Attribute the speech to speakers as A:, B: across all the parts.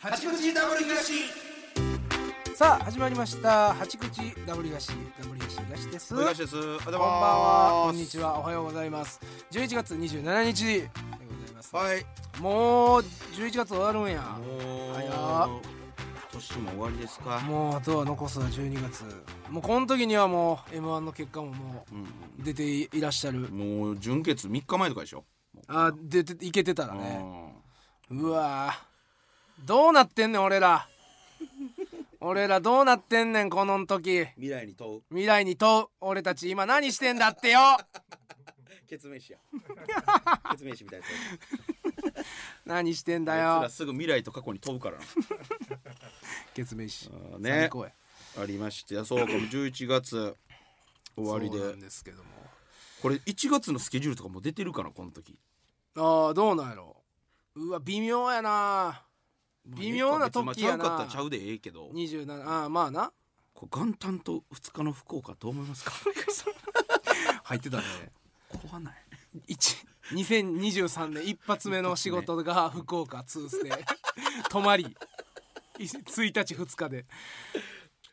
A: 八口ダブル東
B: さあ始まりました八口ダブリガシダブリガシ東です
A: お願いしますおはようござ
B: こ
A: い
B: んばんはこ
A: ます
B: んにちはおはようございます11月27日でございます
A: はい
B: もう11月終わるんや
A: もう
B: 早っ
A: 今年も終わりですか
B: もうあとは残すは12月もうこの時にはもう m 1の結果もも
A: うん
B: う出ていらっしゃる
A: もう純潔3日前とかでしょ
B: あ出ていけてたらね
A: ね
B: うわーどうなってんねん俺ら俺らどうなってんねんこの時
A: 未来に問う
B: 未来に問う俺たち今何してんだってよ
A: 決 明詞や決明詞みたいな
B: 何してんだ
A: あいつら
B: よ
A: すぐ未来と過去に飛ぶからな
B: 決明し
A: あーね
B: 最高や
A: ありましてそうかも11月終わり
B: そうな
A: で
B: んですけども
A: これ1月のスケジュールとかもう出てるかなこの時
B: ああどうなんやろうわ微妙やな微妙な時やな
A: まあちゃうかったらちゃうでええけど
B: 27ああまあな
A: こう元旦と2日の福岡どう思い ますか
B: 入ってたね
A: 怖ない
B: 一2023年一発目の仕事が福岡通スで 泊まりい1日2日で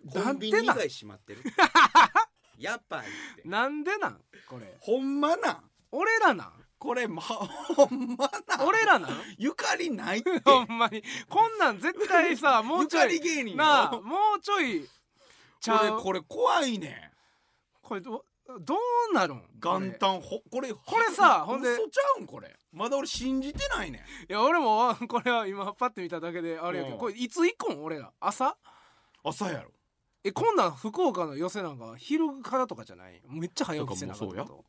B: なんでなん
A: 閉まって るやっぱりって
B: なんでなんこれ
A: ほんまなん
B: 俺らなん
A: これまほんまなん
B: 俺 らなん
A: ゆかりな いって
B: ほんまにこんなん絶対さもう
A: ゆ
B: ちょ
A: か
B: い
A: り芸人
B: なあ
A: よ
B: もうちょいち
A: これ
B: ゃうこ
A: これ怖いね
B: れどどうなるん
A: ん元
B: こ
A: 旦ほこれこ
B: れさほんで
A: 嘘ちゃうんこれまだ俺信じてないねん
B: れいや俺も あこれは今パッて見ただけであれやけ
A: う
B: ど
A: ん
B: これいつ行くん俺ら朝
A: 朝やろ
B: えこんなん福岡の寄せなんか昼からとかじゃないめっちゃ早起きせなあかった
A: だ
B: こ
A: から
B: と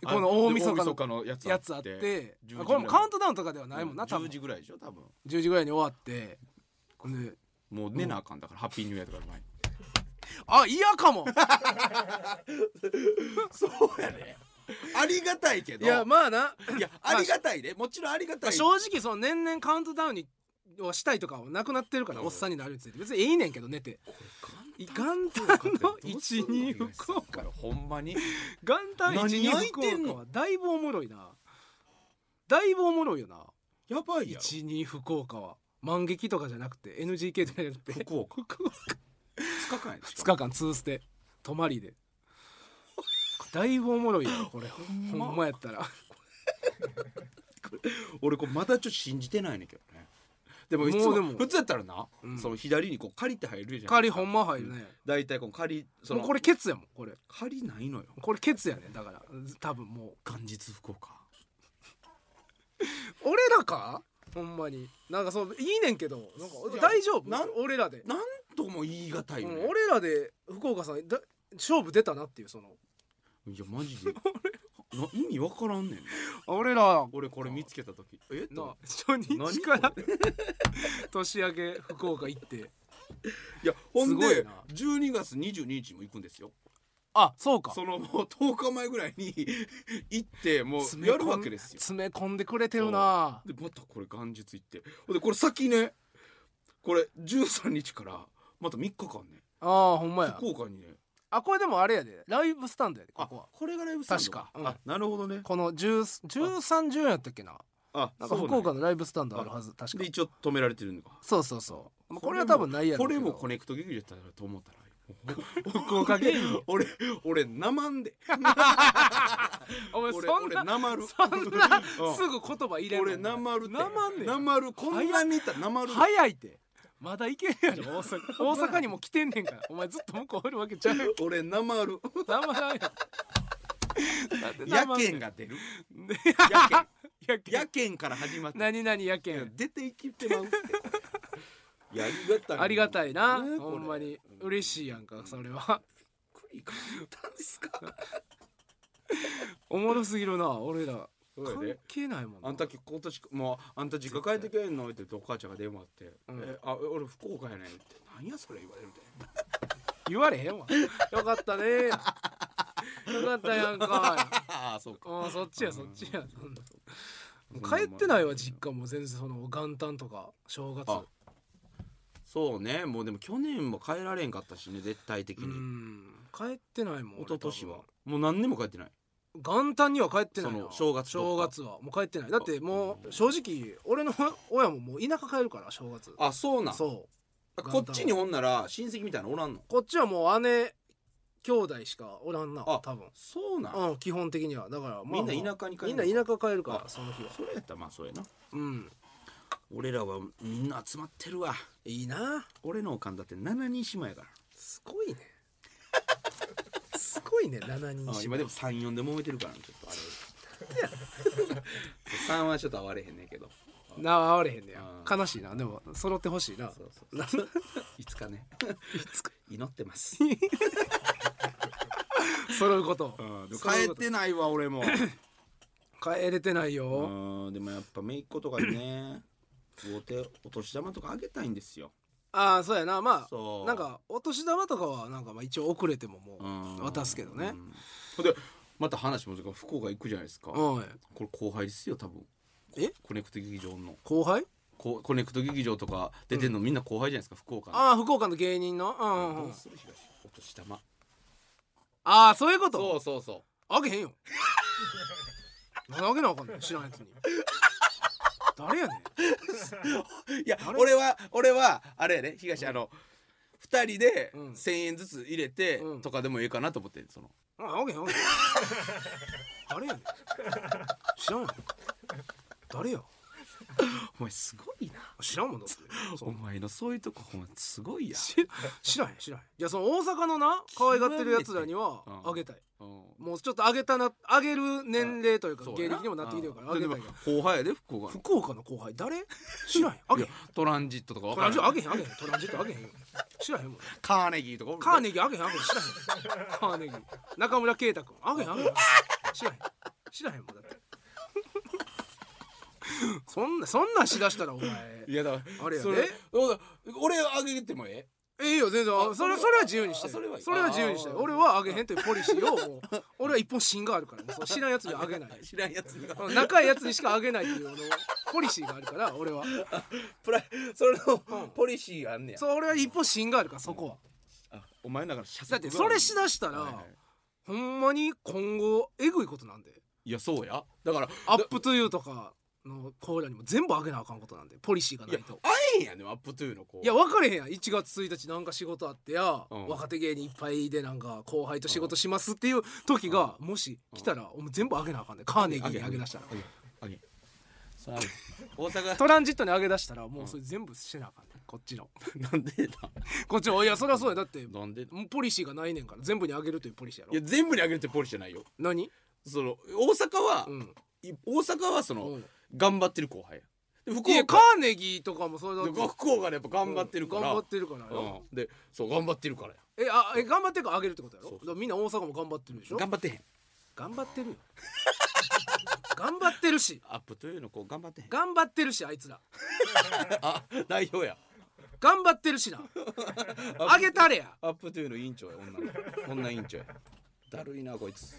B: えこの大晦日の
A: のやつ
B: やつあって
A: 10時
B: あこれも
A: ぐらい
B: カウントダウンとかではないもんな多分
A: 10時ぐらいでしょ多分
B: 10時ぐらいに終わってほんで
A: もう寝なあかんだから、ハッピーニューイヤーとかの 前に
B: あ嫌かも
A: そうやねありがたいけ
B: い
A: ど い
B: や
A: や,、
B: まあな
A: ありがたいねもちろんありがたい
B: 正直その年々カウントダウンにをしたいとかはなくなってるから
A: うん
B: おっさんになるについて別にええねんけど寝て元旦の12福岡
A: ほんまに
B: 元旦
A: 何
B: 12
A: 焼いてん
B: 福
A: の
B: 岡はだいぶおもろいなだいぶおもろいよな
A: やばいやろ
B: 12福岡は万劇とかじゃなくて NGK じゃなくて
A: 福岡
B: 福岡
A: 2日間や
B: 2日間通ステ泊まりでだいぶおもろいよこれほ
A: んま
B: んまやったら
A: 俺これまだちょっと信じてないねんけどねでも
B: もう
A: いつも
B: でも
A: 普通やったらな、
B: うん
A: その左にこう借りて入るじゃん
B: 仮ほんま入るね
A: 大体こう借りそ
B: も
A: の
B: うこれケツやもんこれ
A: 借りないのよ
B: これケツやねだから多分もう
A: 元日福岡
B: 俺らかほんまになんかそういいねんけどなん
A: い
B: か
A: や
B: 大丈夫
A: なん
B: 俺らで、
A: なんとも言い難いよ
B: う
A: ね、
B: ん俺らで福岡さんだ勝負出たなっていうその
A: いやマ ジでな意味わからんねんな
B: 俺ら
A: 俺これ見つけた時えっ
B: な
A: と
B: 初日から年明け福岡行って
A: いやほん
B: すごい
A: で
B: な
A: 12月22日も行くんですよ
B: あそうか
A: そのもう10日前ぐらいに 行ってもう
B: 詰め
A: や
B: 込ん
A: るわけですよ
B: 詰め込んでくれてるな
A: でまたこれ元日行ってほんでこれ先ねこれ13日からまた3日間ね
B: ああほんまや
A: 福岡にね
B: あこれでもあれやでライブスタンドやでここは
A: これがライブスタンド
B: 確かうん
A: あなるほどね
B: この1314やったっけな
A: あ
B: なんか
A: そう
B: 福岡のライブスタンドあるはず確か
A: で一応止められてるのか
B: そうそうそうまあこれは多分ないやろ
A: こ
B: うけ
A: れ
B: ど
A: もコネクト劇場やったらと思ったら
B: 福岡芸人
A: 俺俺なまんで
B: お前そん
A: 俺
B: な
A: 俺なまる
B: そんな
A: うん
B: すぐ言葉入れんの
A: 俺なまるって
B: なまんねん
A: なまるこんなにいったらなまる
B: 早いってまだいけるやろ大阪 大阪にも来てんねんから お前ずっと向こうおるわけちゃうやん
A: 俺なまる
B: なまらんやんだってな
A: や
B: まんね
A: け
B: ん
A: んが出る
B: ね
A: やけん
B: やけん
A: やけんから始まって
B: 何々やけ
A: いや
B: ん
A: 出ていきてまうっていやありがたい
B: ありがたいな
A: ね
B: ほんまに
A: これ
B: 嬉しいやんかそれは
A: びっくり簡単っすか
B: おもろすぎるな俺ら
A: そうや
B: 関
A: で
B: 係ないもんな
A: あんた今年もうあんた実家帰ってけんのって言ってお母ちゃんが電話あって「
B: うん
A: えあ俺福岡やねん」って「なんやそれ」言われるで
B: 言われへんわ よかったね よかったやんか
A: ああそうか
B: あ そっちやそっちや
A: ん
B: 帰ってないわ実家も全然その元旦とか正月
A: あそうねもうでも去年も帰られんかったしね絶対的
B: う
A: に
B: ん帰ってないもん
A: 一昨年
B: 俺
A: はもう何年も帰ってない
B: 多元旦には帰ってないな
A: その正月とか
B: 正月はもう帰ってないだってもう正直俺の 親ももう田舎帰るから正月
A: あそうなん
B: そう
A: あこっちにほんなら親戚みたいなのおらんの
B: こっちはもう姉兄弟しかおらんな
A: あ
B: 多分
A: そうなん、
B: うん基本的にはだから、まあまあ
A: みんな田舎に帰
B: み
A: るの
B: ん
A: か
B: な田舎帰るからその日は
A: それやったらまあそうやな
B: うん
A: 俺らはみんな集まってるわ
B: いいな
A: 俺のおかんだって7人姉妹やから
B: すご いねすごいね7人
A: あ
B: し
A: 今でも34で揉めてるからねちょっとあ れ3はちょっと会われへんねんけど
B: なあ会われへんねや
A: あー
B: 悲しいなでも揃ってほしいな
A: そうそうそう いつかね祈ってます
B: 揃うこと
A: うんでも
B: 揃う
A: 帰
B: こ
A: っ
B: と
A: てないわ俺 も
B: 帰れてないよ
A: うんでもやっぱ姪っ子とかにねお手お年玉とかあげたいんですよ
B: ああそうやなま
A: そ
B: あ
A: う
B: なんかお年玉とかはなんかまあ一応遅れてももう渡すけどね
A: うんでまた話も福岡行くじゃないですかこ
B: うん
A: れ後輩ですよ多分
B: え
A: コネクト劇場の
B: 後輩
A: こコネクト劇場とか出てんのみんな後輩じゃないですか福岡の
B: ああ福岡の芸人のうんうん
A: ど
B: うん
A: うする東お年玉
B: ああそういうこと
A: そうそうそう
B: あげへんよ 何あげなあかんの知らんやつに誰やねん
A: いや
B: あれ
A: 俺は俺はあれやね東あの2人で
B: うん
A: 1,000円ずつ入れて
B: うん
A: とかでもいいかなと思ってその
B: ああげへんあげへん誰やねん知らんやん誰や
A: お前すごいな
B: 知らんもんだってそ
A: お
B: う
A: 前の そういうとこお前すごいや
B: 知知らへん知らへんいやその大阪のな可愛がってるやつらには
A: 知らんねん
B: あげた
A: て
B: い
A: うん
B: もうちょっとあげたなあげる年齢というか
A: そう
B: 芸
A: やな
B: 歴にもなってきてるから
A: う
B: あ
A: ん
B: げ
A: で
B: た
A: も
B: いから
A: 後輩やで福岡の
B: 福岡の後輩誰知らへんあげへん
A: いやトランジットとかわ
B: ト
A: か
B: ラン
A: ら
B: ジッ
A: ん
B: トあげへんあげへんトランジットあげへんよ知らへんもん
A: カーネギーとかおる
B: カーネギーあげへんあげへん知らへんカーネギー中村圭太君あげへんあげへん知らへん知らへんもんだってそんなそんなんしだしたらお前
A: いやだか
B: あれ
A: ら
B: や
A: そ
B: で
A: れお俺あげてもええ
B: ええよ全然
A: あ
B: それそれは自由にして
A: あそれはいい
B: それは自由にして
A: あ
B: 俺はあげへんというポリシーをもう俺は一本芯があるからもうそう知らんやつにはあげない
A: 知らんやつに
B: うん仲いいやつにしかあげないっていうあのポリシーがあるから俺は
A: プライそれのポリシーがあんねや
B: そう俺は一本芯があるからそこは
A: あお前だから社
B: だってそれしだした
A: はいは
B: ら
A: い
B: ほんまに今後えぐいことなんで
A: いやそうやだから
B: アップトゥーとかのコーラにも全部あげなあかんことなんでポリシーが
A: い
B: な
A: や
B: いと
A: あえへんやねアップトゥーの子
B: いや分かれへんやん1月1日なんか仕事あってや、
A: うん
B: 若手芸人いっぱいでなんか後輩と仕事しますっていう時が、もし来たら、お前全部あげなあかんで、カーネギーにあげだしたら
A: あげあげそれあげ大阪
B: トランジットにあげだしたらもうそれ全部しなあかんねんこっちの
A: なんでだ
B: こっちのいやそりゃそうやだって
A: なんでだ
B: もうポリシーがないねんから全部にあげるというポリシーやろ
A: いや全部にあげるってポリシーじゃないよ
B: 何
A: その大阪は、
B: うん
A: い大阪はその、
B: うん
A: 頑張ってる後輩やで福
B: いやカ
A: 岡
B: ーネギーとかもそれだっ
A: で
B: て
A: 福岡でやっぱ頑張ってるから、
B: 頑張
A: う
B: っ
A: ん
B: てるからよ、
A: でそう頑張ってるからや
B: えあえ頑張ってるからあげるってことやろ
A: そうそ
B: だ
A: う
B: からみんな大阪も頑張ってるでしょ
A: 頑張ってへん
B: 頑張ってるよ 頑張ってるし
A: アップトゥーの子頑張ってへん
B: 頑張ってるしあいつら
A: あ代表や
B: 頑張ってる しなあげたれや
A: アップトゥーの委員長や女の子女委員長やだるいなこいつ
B: い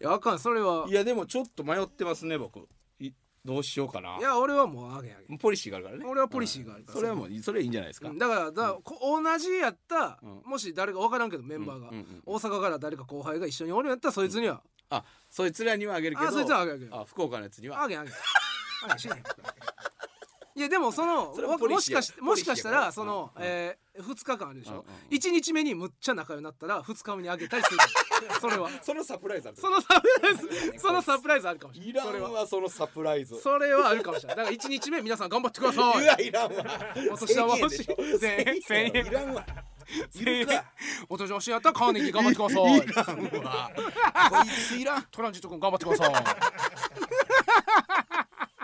B: やあかんそれはい
A: やでもちょっと迷ってますね僕いどうしようかない
B: や俺はもうあげあげ
A: ポリシーがあるからね
B: 俺はポリシーがあるから
A: それはもうそれいいんじゃないですか、
B: うんだからだからこ同じやった、
A: うん
B: もし誰か分からんけどメンバーが、
A: うんうんうん
B: 大阪から誰か後輩が一緒におるんやったらそいつには、
A: あそいつらにはあげるけど
B: あそいつらはあげるけど
A: あ福岡のやつには
B: あ げあげあげしないいやでもその
A: それは
B: わ
A: ポリ
B: も
A: シ
B: し
A: ーや
B: かしもしかしたら
A: ポリシ
B: そ
A: ーやから
B: の、
A: うん
B: えー、2日間あるでし
A: うんう
B: ょ
A: んうん、
B: 一1日目にむっちゃ仲良くなったら2日目にあげたりす るからそれは
A: そのサプライズある
B: そのサプライズそのサプライズあるかもしれ
A: い
B: ない
A: ら
B: それ
A: ん
B: は
A: わそのサプライズ
B: それはあるかもしれないだから1日目皆さん頑張ってくださ
A: う
B: い
A: わいらんわ
B: お年玉欲しい
A: 千円
B: 千円
A: 千円いらんわいるか
B: お年しやったらカーネギー頑張ってください
A: いらんわこいついらん
B: トランジット君頑張ってくだ さ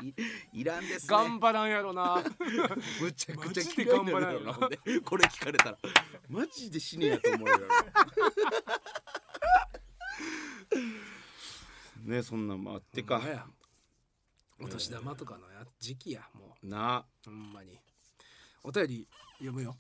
B: い
A: いいらんですね
B: 頑張らんやろ な
A: むちゃくちゃ
B: マジで
A: 嫌いにな
B: 頑張らんよ
A: るな
B: な
A: ほんでこれ聞かれたらマジで死ねやと思うよ ねそんなんもあってか
B: ほんまやお年玉とかのや時期やも
A: な
B: うほんまにお便り読むよ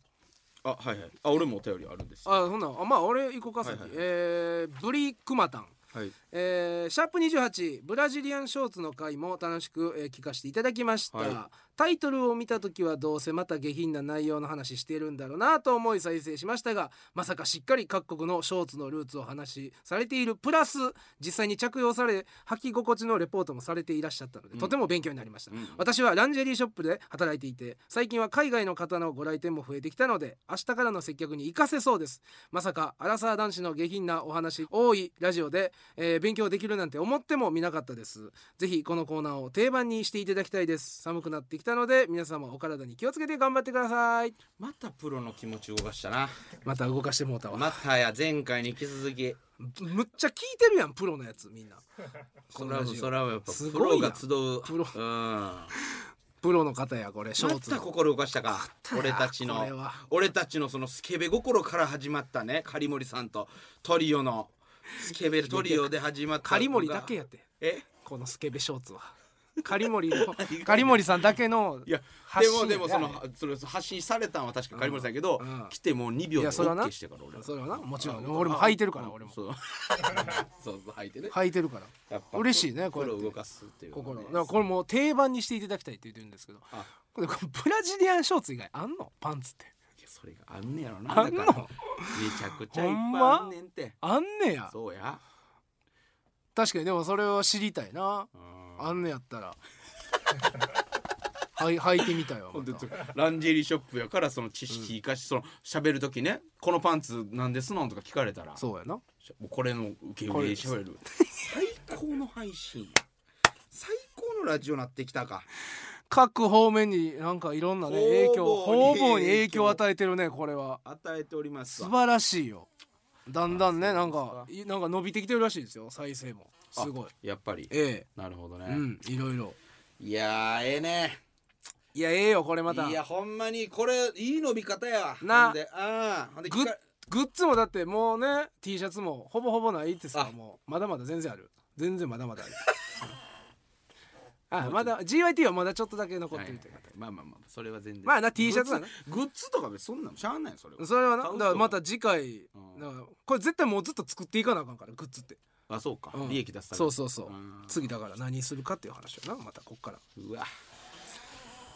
A: あはいはいあ俺もお便りあるんですよ
B: あほんならあまあ俺行こうか先、
A: はいはい
B: えーブリクマタン
C: はい
B: えーシャープ28ブラジリアンショーツの回も楽しく、えー聞かせていただきました、
C: は
B: タイトルを見た時はどうせまた下品な内容の話してるんだろうなと思い再生しましたがまさかしっかり各国のショーツのルーツを話しされているプラス実際に着用され履き心地のレポートもされていらっしゃったので、
C: うん
B: とても勉強になりました、
C: うん
B: 私はランジェリーショップで働いていて最近は海外の方のご来店も増えてきたので明日からの接客に活かせそうですまさかアラサー男子の下品なお話多いラジオで、えー勉強できるなんて思っても見なかったですぜひこのコーナーを定番にしていただきたいです寒くなってきたので皆様お体に気をつけて頑張ってください
A: またプロの気持ち動かしたな
B: また動かしてもうたわ、
A: またや前回に引き続き
B: むっちゃ聞いてるやんプロのやつみん なこ
A: そ
B: の
A: れ
B: ラ
A: は
B: ジオ
A: それはやっぱ
B: す
A: プ
B: ご
A: ロ
B: いやん
A: が集う
B: プロ
A: うんま
B: プロの方やこれショーツの
A: た心動かしたか俺たち
B: こ
A: の
B: れは
A: 俺たちのそのスケベ心から始まったね狩森さんとトリオのスケベトリオで始まった
B: 狩森だけやって
A: え
B: このスケベショーツ は狩森の狩森さんだけの
A: いやで
B: 発信
A: も
B: や
A: でもその
B: あ
A: それ発信されたんは確か狩森さんやけど、
B: うん
A: 来てもう2秒
B: い
A: で
B: やそれはな
A: OK してから俺
B: それはなもちろん
A: あ
B: 俺も履いてるから俺も
A: そ うそうそう履いてね
B: 履いてるから
A: やっぱ
B: 嬉しいねこうや
A: 心
B: って
A: を動かすっていうのはね
B: 心だからこれもう定番にしていただきたいって言ってるんですけど
A: あ
B: これこれブラジリアンショーツ以外あんのパンツって
A: いやそれがあんねやろな
B: あんの
A: だからめちゃくちゃいっぱいあんねんて
B: あんねや
A: そうや
B: 確かにでもそれを知りたいな
A: うん
B: あんねやった らはい履いてみたいわ、
A: ほ
B: ま
A: んで
B: た
A: ランジェリーショップやからその知識生かし、その喋る時ね「このパンツなんですのん?」とか聞かれたら
B: そうやな
A: もうこれの受け売りで喋る最高の配信最高のラジオなってきたか
B: 各方面になんかいろんなね影響方
A: 方々に
B: 々に影響を与えてるねこれは
A: 与えております
B: 素
A: わ
B: 晴らしいよだんだんね
A: あ
B: な
A: そ
B: ん
A: うです
B: か
A: か
B: いなんか伸びてきてるらしいですよ再生もすごい
A: やっぱり
B: え
A: なるほどね、
B: えうんいろいろ
A: いやーええね
B: いやええよこれまた
A: いやほんまにこれいい伸び方や
B: な
A: ほんでああほんで
B: グ
A: 聞
B: ッ
A: か
B: グッズもだってもうね T シャツもほぼほぼないってさ
A: あ
B: もうまだまだ全然ある全然まだまだある あまだ GYT はまだちょっとだけ残ってるというか、
A: はいまあまあまあそれは全然
B: まあな T シャツはな
A: グッズグッズとか別にそんなんしゃあないよそれは
B: それはなだ
A: 買う
B: か
A: 人
B: ら
A: は
B: また次回、
A: うん
B: だからこれ絶対もうずっと作っていかなあかんからグッズって
A: あそうか、
B: うん
A: 利益出すため
B: そうそうそう
A: うん
B: 次だから何するかっていう話よなまたこっから
A: うわ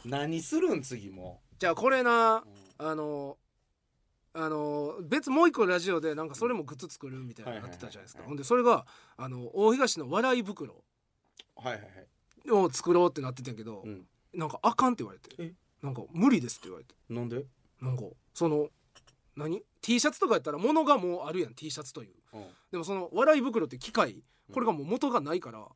A: 何するん次も
B: じゃあこれなあのあの別もう一個ラジオでなんかそれもグッズ作るみたいなのやってたじゃないですか
A: はい
B: ほ
A: はいはいはい
B: んでそれがあの大東の笑い袋
A: はいはいはい、
B: を作ろうってなってたんやけど、
A: うん、
B: なんかあかんって言われて
A: え
B: なんか無理ですって言われて
A: なんで、
B: なんかその何 T シャツとかやったら物がもうあるやん T シャツという
A: うん
B: でもその笑い袋って機械これがもう元がないから、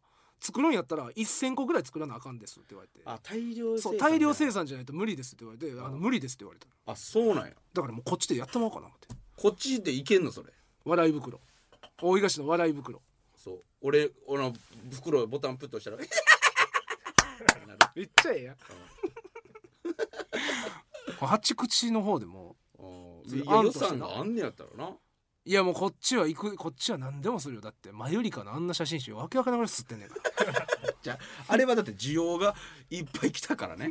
B: 作るんやったら1,000個ぐらい作らなあかんですって言われて
A: あ大量生産
B: そう
A: みたいな
B: 大量生産じゃないと無理ですって言われて、あの無理ですって言われた
A: あそうなんや
B: だからもうこっちでやってもらおうかなって
A: こっちでいけんのそれ
B: 笑い袋大東の笑い袋
A: そう俺俺の袋ボタンプッ としたらなる
B: めっちゃええ やん八口の方でも
A: うん
B: そ
A: い
B: れ
A: や
B: 案
A: 予
B: としてな
A: 算があんねやったらない
B: やもうこっちは行くこっちは何でもするよだってマユリカのあんな写真集わけわからながら吸ってんねんから
A: じゃああれはだって需要がいっぱい来たからね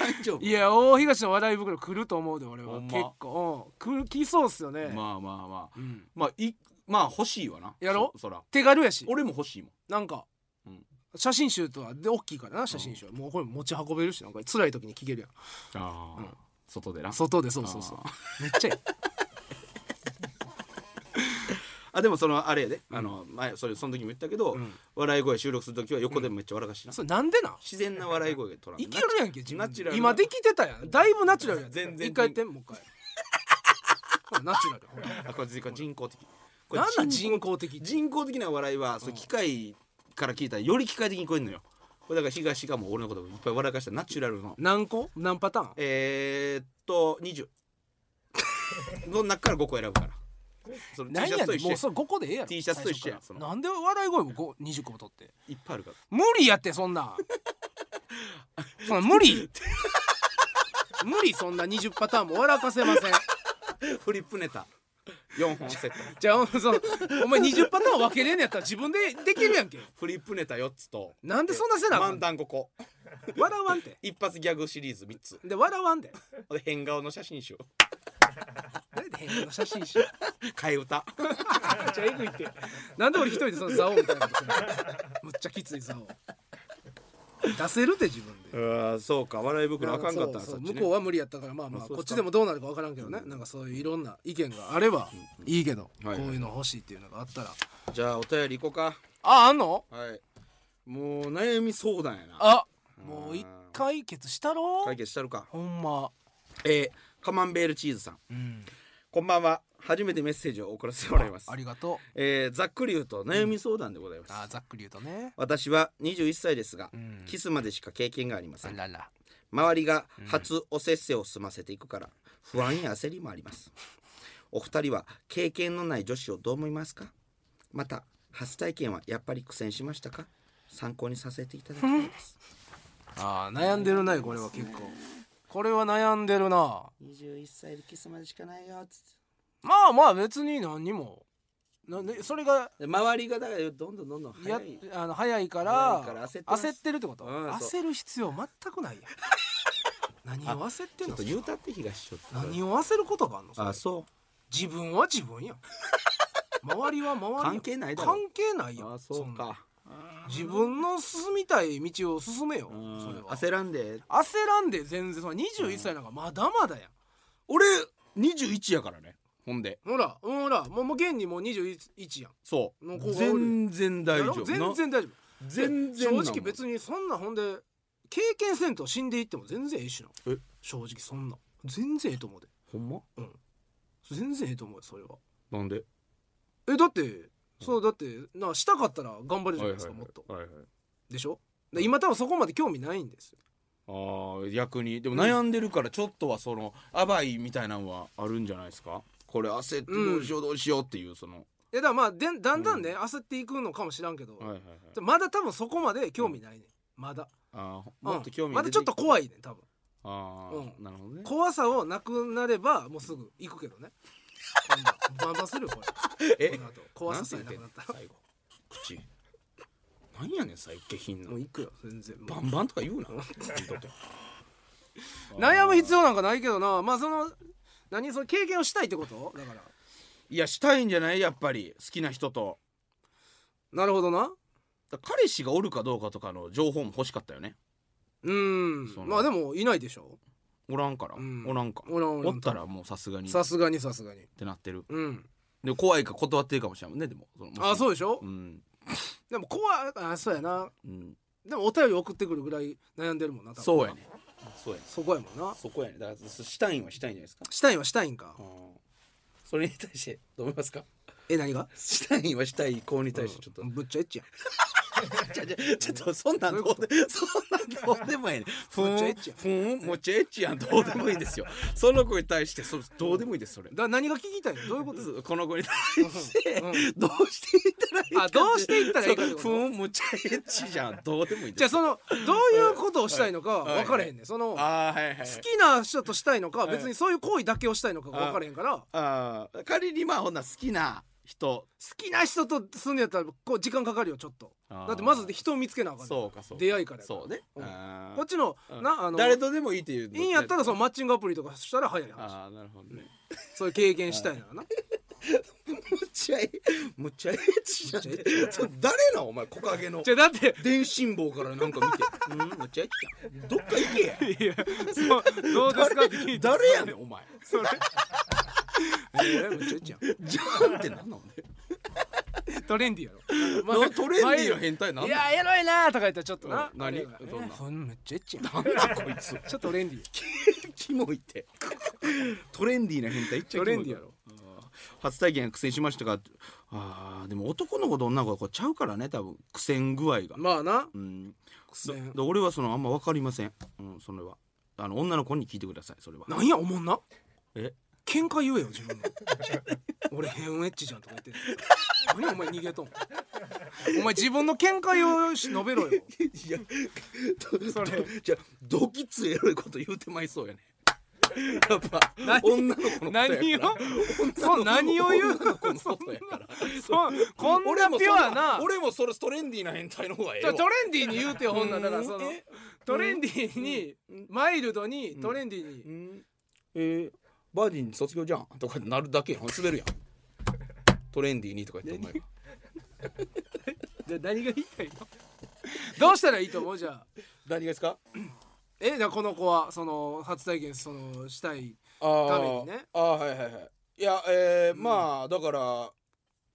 A: 大丈夫
B: いや大東の笑い袋来ると思うで俺は、
A: ほんま
B: 結構うん来る来そうっすよね、
A: まあまあまあ
B: うん、
A: まあいまあ欲しいわな
B: やろ
A: そそら
B: 手軽やし
A: 俺も欲しいもん
B: なんか、
A: うん
B: 写真集とはで大きいからな写真集は、もうこれ持ち運べるしなんか辛い時に聞けるやん
A: ああ、外でな
B: 外でそうそうそうめっちゃいい
A: あでもそのあれやで、あの前それその時も言ったけど、
B: うん
A: 笑い声収録する時は横でもめっちゃ笑かしな、
B: それなんでなん
A: 自然な笑い声が取らん
B: いけるやんけ自分
A: ナチュラ
B: で
A: ルな
B: 今できてたやんだいぶナチュラルやん
A: 全然
B: 一回やってもう一回ほ らナチュラルほら
A: あこれこれ人工的これ
B: なんなん人工的って
A: 人工的な笑いは、その機械から聞いたらより機械的に聞こえるのよこれだから東がもう俺のこといっぱい笑かしたナチュラルの
B: 何個何パターン
A: えー、っと20の中から5個選ぶからその T
B: 何
A: シャ
B: や
A: ツと
B: ねん
A: 一緒
B: も
A: や
B: うそれ5個でええやろ
A: T シャツと一緒やん
B: 最初
A: そ
B: か
A: の
B: らなんで笑い声も5 20個も取って
A: いっぱいあるから
B: 無理やってそん なんそんなん無理無理そんな20パターンも笑かせません
A: フリップネタ4本セット
B: じゃあそのお前20パターン分けれんのやったら自分でできるやんけ
A: フリップネタ4つと
B: なんでそんなせなあかん
A: 漫談5個
B: 笑わんて
A: 一発ギャグシリーズ3つ
B: で笑わんで
A: で変顔の写真集
B: 何で変な写真集
A: 替え歌
B: めっちゃえぐいってなんで俺一人でそのザオみたいなことするのむっちゃきついザオ出せるって自分で
A: あ そうか笑い袋あかんかった
B: そう
A: さ
B: そ
A: っ
B: う向
A: きね
B: こうは無理やったからまあま
A: あ
B: あ
A: そうっすか
B: こっちでもどうなるか分からんけどねなんかそういういろんな意見があればいいけどこ
A: は
B: う
A: いはい
B: いうの欲しいっていうのがあったら
A: じゃあお便り行こう
B: ああんの
A: かはいもう悩み相談やな
B: あもう一解決したろ
A: 解決したるか
B: ほんま
A: えー、カマンベールチーズさん
B: うん
A: こんばんは初めてメッセージを送らせてもらいます
B: ありがとう
A: えーざっくり言うと悩み相談でございます、
B: あざっくり言うとね
A: 私は21歳ですが、
B: うん
A: キスまでしか経験がありませ
B: あ
A: ん
B: らら
A: 周りが初おせっせを済ませていくから不安や焦りもありますお二人は経験のない女子をどう思いますかまた初体験はやっぱり苦戦しましたか参考にさせていただきたい です
B: あー悩んでるなこれは結構これは悩んでるな
A: 21歳でキスまでしかないよ
B: まあまあ別に何にもなねそれが
A: 周りがだからどんどんどんどん
B: や
A: 早い
B: あの早いから
A: 早いから焦ってます
B: 焦ってるってこと
A: うんそ
B: 焦
A: う
B: る必要全くないやん 何を焦ってん
A: ちょ
B: の
A: っと言うたって東ちょっと
B: 何を焦ることがあんのそれ
A: あそ
B: 自分は自 分やん周りは周りやん
A: 関係ないだろ
B: 関係ないうやん
A: あそう
B: そんな
A: か
B: 自分の進みたい道を進めよ
A: うん
B: それは
A: 焦らんで
B: 焦らんで全然その21歳なんかまだまだやん
A: 俺21やからねほんで
B: ほらほらもうもう現にもう21やん
A: そ
B: の
A: う
B: 子がおる
A: 全然大
B: や
A: 丈
B: ろ
A: 夫
B: 全然大丈夫
A: な全然
B: 正直別にそんなほんで経験せんと死んでいっても全然ええしな
A: え
B: 正直そんな全然ええと思うで
A: ほんま
B: 全然ええと思うよそれは
A: なんで
B: えだってそうだってなしたかったら頑張るじゃないですか、
A: はいは
B: もっ
A: いはい
B: と
A: はいはい
B: でしょで今多分そこまで興味ないんですよ
A: ああ逆にでも悩んでるからちょっとはそのアバイみたいなのはあるんじゃないですかこれ焦ってどうしようどうしようっていうその、
B: いやだからまあでだんだんね、焦っていくのかもしらんけど、
A: はいはいはい
B: でまだ多分そこまで興味ないね、まだ
A: あーもっと興
B: う
A: 味
B: んまだちょっと怖
A: い
B: いね多分
A: ああ、
B: うん
A: なるほどね
B: 怖さをなくなればもうすぐ行くけど ね今度バンバンするよこれ
A: え
B: この後怖ささえなくなったら
A: 最後口なんやねん最後下品な
B: もう行くよ全然もう
A: バンバンとか言うな
B: 悩む必要なんかないけどなまあその何その経験をしたいってことだから
A: いやしたいんじゃないやっぱり好きな人と
B: なるほどな
A: だから彼氏がおるかどうかとかの情報も欲しかったよね
B: うー
A: そ
B: ん
A: の
B: まあでもいないでしょ
A: おらんから、
B: うん
A: おらんか
B: おらんおらん
A: おったらもうさすがにっ
B: さすがにさすがに
A: てなってる
B: うん
A: で怖いから断ってるかもしれんもんねでもその
B: あそううでしょ、
A: うん、
B: でも怖いあそうやな
A: うん、
B: でもお便り送ってくるぐらい悩んでるもんな多分
A: そうやねそうやね
B: そこやもんな
A: そこやねだからしたいんはしたいんじゃないですか
B: したいんはしたいんか
A: それに対してどう思いますか
B: え何が
A: したいんはしたい子に対してちょっと、
B: ぶっちゃエッチやん
A: ちょちょちょっとそんなんどうで そんなんどうでもいいねふ
B: も
A: ん
B: うちょいエッチやん
A: ふんもうちょいエッチやんどうでもいい ですよその子に対してそどうでもいいですそれ
B: だ何が聞きたいのどういうこと
A: この子に対してどうしていったらいいか
B: あ どうしていったらいいかって
A: そう
B: こと
A: ふんむちゃエッチじゃんどうでもいいです
B: じゃあそのどういうことをしたいのか分からへんねんその好
A: あーはいはいはい
B: きな人としたいのか別にそういう行為だけをしたいのかが分からへんから好
A: あー仮にまあほんなら好きな人
B: きな人と住んでやったらこう時間かかるよちょっと
A: あー
B: だってまず人を見つけなあかんねん
A: そうかそうか
B: 出会いからやから
A: そうね
B: うん
A: あー
B: こっちの
A: うん
B: なあの
A: 誰とでもいいっていう
B: いいんやったらその
A: の
B: マッチングアプリとかしたら早い話
A: ああなるほどね
B: そういう経験したいならな
A: むちゃえむちゃエッチじゃん
B: むちゃ
A: それ 誰なお前木陰の
B: じゃあだって
A: 電信棒からなんか見てうんむちゃエッチじゃんどっか行けや
B: いやそうどうですかって聞いて
A: 誰やねんお前
B: それえーめっちゃいいじゃん
A: ジャンってなんなの
B: トレンディやろ
A: なトレンディーの変態なん
B: い
A: だ
B: やエロいなーとか言ったらちょっとな、
A: うん何
B: あれやから
A: どんな
B: えーんめっちゃエッチやん
A: なんだこいつ
B: ちょっとオレンディ
A: キモいって トレンディーな変態いっち
B: ト
A: ゃキモ
B: レ
A: い
B: ンディやろ
A: 初体験苦戦しましたがあーでも男の子と女の子はこうちゃうからね多分苦戦具合が、
B: まあな
A: うん、
B: 苦戦
A: で俺はそのあんま分かりません、うん、それはあの女の子に聞いてくださいそれは
B: なんやおもんな
A: え
B: 喧嘩言えよ自分の俺変エッチじゃんとか言ってる何お前逃げとんお前自分の見解をし述べろよ
A: いや ど
B: それ
A: どじゃあドキツエロいこと言うてまいそ うやねやっぱ
B: 何
A: 女の子のことやから
B: 何を
A: 女の
B: そう何を言う
A: 女の子のことやから
B: そうこんなピュアな
A: 俺もそれトレンディーな変態の方がええ
B: じゃ
A: わ
B: あトレンディーに言うてよほんならだからその
A: え
B: トレンディーにマイルドにトレンディーに
A: うんえーバージン卒業じゃんとかなるだけやん滑るやんトレンディーにとか言ってお前が
B: じゃあ何が言いたいのどうしたらいいと思うじゃあ
A: 何がですか
B: えだからこの子はその初体験そのしたい
A: あー
B: ためにね
A: あーはいはいはいいやえーまあだから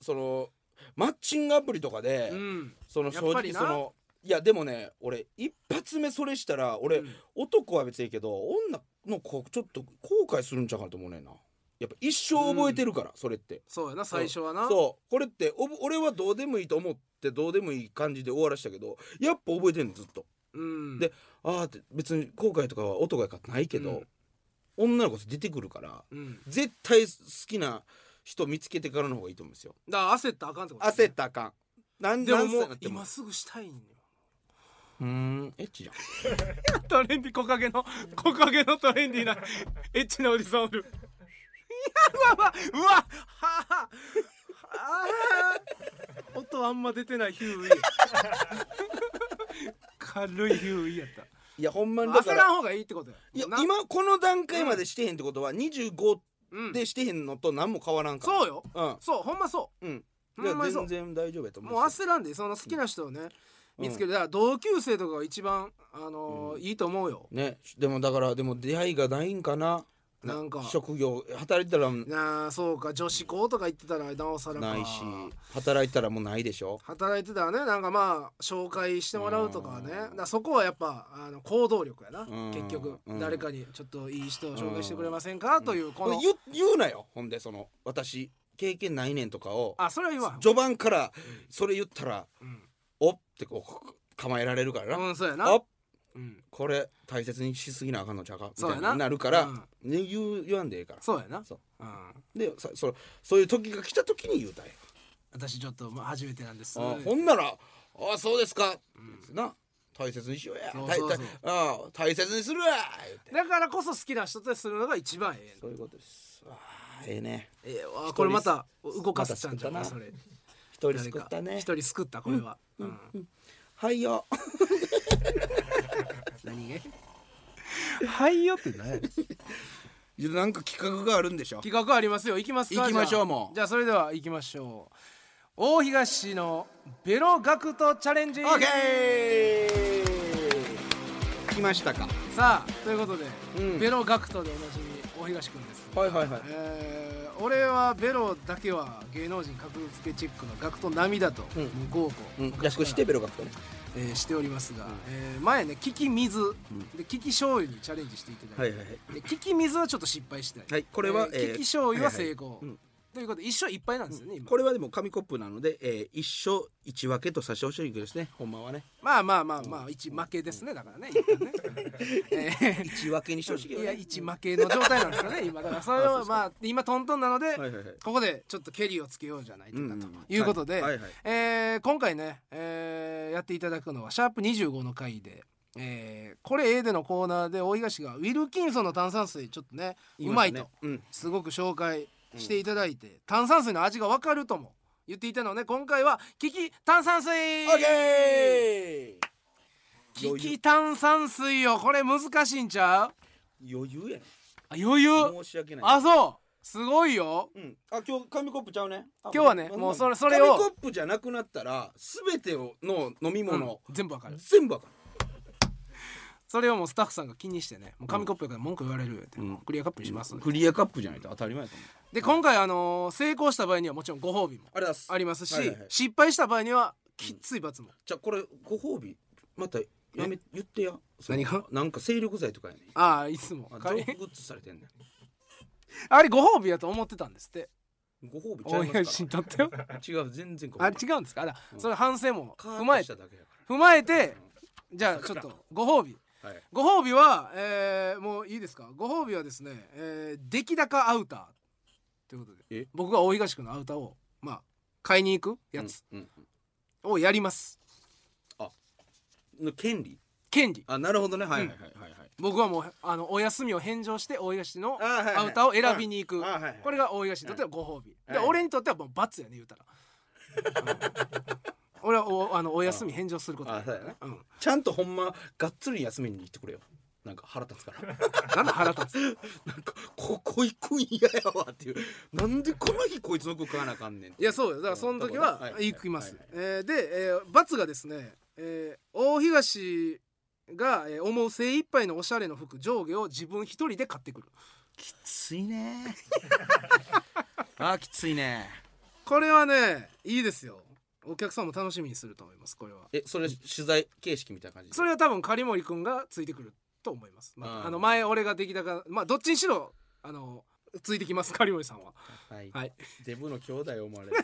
A: そのマッチングアプリとかで、
B: うん
A: その
B: や
A: 正
B: っぱり
A: 直
B: な
A: そのいやでもね俺一発目それしたら俺、
B: うん
A: 男は別にいいけど女の子ちょっと後悔するんちゃうかなと思うねんなやっぱ一生覚えてるから、それって
B: そうやな最初はな
A: そうこれっておぼ俺はどうでもいいと思ってどうでもいい感じで終わらしたけどやっぱ覚えてんのずっと
B: うん
A: でああって別に後悔とかは男やからないけど、女の子出てくるから
B: うん
A: 絶対好きな人見つけてからの方がいいと思うんですよ
B: だから焦ったらあかんってことね
A: 焦ったらあかん何
B: でもも
A: 何歳にな
B: う
A: っても
B: 今すぐしたいんよ
A: うーんエッチじゃん
B: トレンディ木陰の木陰のトレンディなエッチなおじさんおるいやうわうわうわはあはあ音あんま出てないヒューイ軽いヒューイやった
A: いやほんまにだか
B: 焦
A: ら
B: らん方がいいってことや
A: いや
B: な
A: 今この段階までしてへんってことは25
B: うん
A: でしてへんのと何も変わらんから
B: そうよ
A: うん
B: そうほんまそう
A: うん
B: ほ
A: いや
B: んまにそう
A: 全然大丈夫やと思う
B: もう焦らんでその好きな人をね見つけるだから同級生とかが一番あのー
A: うん
B: いいと思うよ
A: ねでもだからでも出会いがないんかな
B: なんか
A: 職業働いてたら
B: なあそうか女子校とか行ってたらなおさらか
A: ないし働いてたらもうないでしょ
B: 働いてたらねなんかまあ紹介してもらうとかはね
A: うん
B: だからそこはやっぱあの行動力やな
A: うん
B: 結局
A: うん
B: 誰かにちょっといい人を紹介してくれませんかというこの
A: 言う言うなよほんでその私経験ないねんとかを
B: あそれは言わん
A: 序盤からそれ言ったら
B: う
A: おってこう構えられるから
B: ん
A: な、
B: うんそうやな
A: あ
B: うん
A: これ大切にしすぎなあかんのちゃうかみ
B: そう
A: た
B: や
A: い
B: な
A: になるから、
B: うん
A: ね、言う言わんでええから
B: そうやな
A: そう
B: うん
A: でさそそういう時が来た時に言うたんや
B: 私ちょっとまあ初めてなんです
A: あほんなら「ああそうですか」な大切にしようや
B: そうそうそう
A: 大大ああ大切にするわ言うて
B: だからこそ好きな人とするのが一番ええ
A: そういうことですああええね
B: ええわこれまた動かすちゃんじゃな
A: ま
B: い
A: た
B: そ
A: 救っ
B: れ
A: 一人
B: 誰
A: 救
B: か
A: ったね
B: 一人救ったこれはうん
A: はいよ
B: 何がはいよって何や
A: いやなんか企画があるんでしょ
B: 企画ありますよ行きますか
A: 行きまし
B: じ
A: ょう
B: ゃあ
A: もう
B: じゃあそれでは行きましょう大東市のベロガクトチャレンジ
A: オッケー来ましたか
B: さあということで、
A: うん
B: ベロガクトでおなじみ大東くんです、
A: はいはいはい
B: えー俺はベロだけは芸能人格付けチェックのガクト並みだと
A: うん
B: 無豪語、
A: うん、略してベロガクトね
B: えーしておりますが、えー前ね利き水、で利き醤油にチャレンジしていただいて、
A: はいはい
B: で利き水はちょっと失敗したい、
A: はいこれは
B: えー
A: えー
B: 利き醤油は成功、
A: いうん
B: ということで一生いっぱいなんですよね、今
A: これはでも紙コップなので、えー一生一分けと差し押しくですねほんまはね
B: まあまあまあまあ一負けですねだから ね一旦ねえ
A: 一分けにしてほしいけ
B: ー
A: ど
B: い
A: ね
B: や一負けの状態なんですよね今だからそれ
A: あそう
B: を
A: ですか
B: まあ今トントンなので、
A: はいはいはい
B: ここでちょっとケリをつけようじゃないか
A: うんうん
B: な
A: う
B: と
A: ん
B: いうことで、
A: はいはいはい
B: えー今回ね、えーやっていただくのは「シャープ #25」の回で。えーこれ A でのコーナーで大東がウィルキンソンの炭酸水ちょっとねうまいと、
A: 言いま
B: すごく紹介していただいて、炭酸水の味が分かるとも言っていたので今回は「キキ炭酸水」
A: したねうんオッケ
B: 危機炭酸水よこれ難しいんちゃう
A: ー余裕や
B: あ余
A: な
B: 裕
A: 申し訳ない
B: あそうすごいよ
A: うん、あ今日紙コップちゃうねあ
B: 今日はね
A: ほ
B: も
A: んま
B: う
A: に
B: それそれを
A: 紙コップじゃなくなったら全てをの飲み物、
B: うん全部わかる
A: 全部わかる
B: それをもうスタッフさんが気にしてねもう紙コップやから文句言われるって、
A: うん
B: クリアカップにします、
A: クリアカップじゃないと当たり前やと思う
B: で今回あのー成功した場合にはもちろんご褒美も
A: あれだす
B: ありますし、
A: はいはいはい
B: 失敗した場合にはきっつい罰も、
A: じゃあこれご褒美またやめ言ってやその
B: 何が
A: なんか精力剤とかやね
B: ああいつも
A: あ
B: か
A: ジョ
B: い
A: ークグッズされてんね
B: あれご褒美やと思ってたんですって
A: んご褒美ちゃ
B: 大
A: いま
B: 東
A: す
B: にとっては
A: から違う全然ご
B: あ
A: 褒
B: れ
A: 美
B: 違うんですかあらそれ反省も
A: カーッ
B: 踏
A: と
B: まえ
A: してただけやか
B: 踏まえてじゃあちょっとご褒美
A: らはい
B: ご褒美は、えーもういいですかご褒美はですね、えー、出来高アウターということで
A: え
B: 僕が大東君のアウターをまあ買いに行くやつ
A: うんうん
B: をやります、
A: うんの権利
B: 権利
A: あなるほどねはいはいはいはいはい
B: 僕はもうあのお休みを返上して大東の
A: あはいはい
B: アウターを選びに行く、
A: あはいはい
B: これが大東にとってはご褒美、
A: はいは
B: で
A: い
B: 俺にとってはもう罰やね言うたら、 うん俺はおあのお休み返上すること
A: あそうや
B: うん
A: なちゃんとほんまがっつり休みに行ってくれよなんか腹立つ から
B: なんだ腹立つ
A: なんかここ行くん嫌やわっていうなんでこの日こいつの服買わなあかんねんって
B: いやそうよだからその時は
A: はい
B: 行きます
A: は、い
B: えーで、えー、罰がですね、えー大東がえー思う精一杯のおしゃれの服上下を自分一人で買ってくる
D: きついね あーきついね
B: これはねいいですよお客さんも楽しみにすると思いますこれは
A: えそれ取材形式みたいな感じ
B: それは多分狩森くんがついてくると思います、ま
A: う
B: あ、
A: ん
B: あの前俺が出来高まあどっちにしろあのついてきます狩森さんは
A: はい、
B: はい
A: デブの兄弟 思われる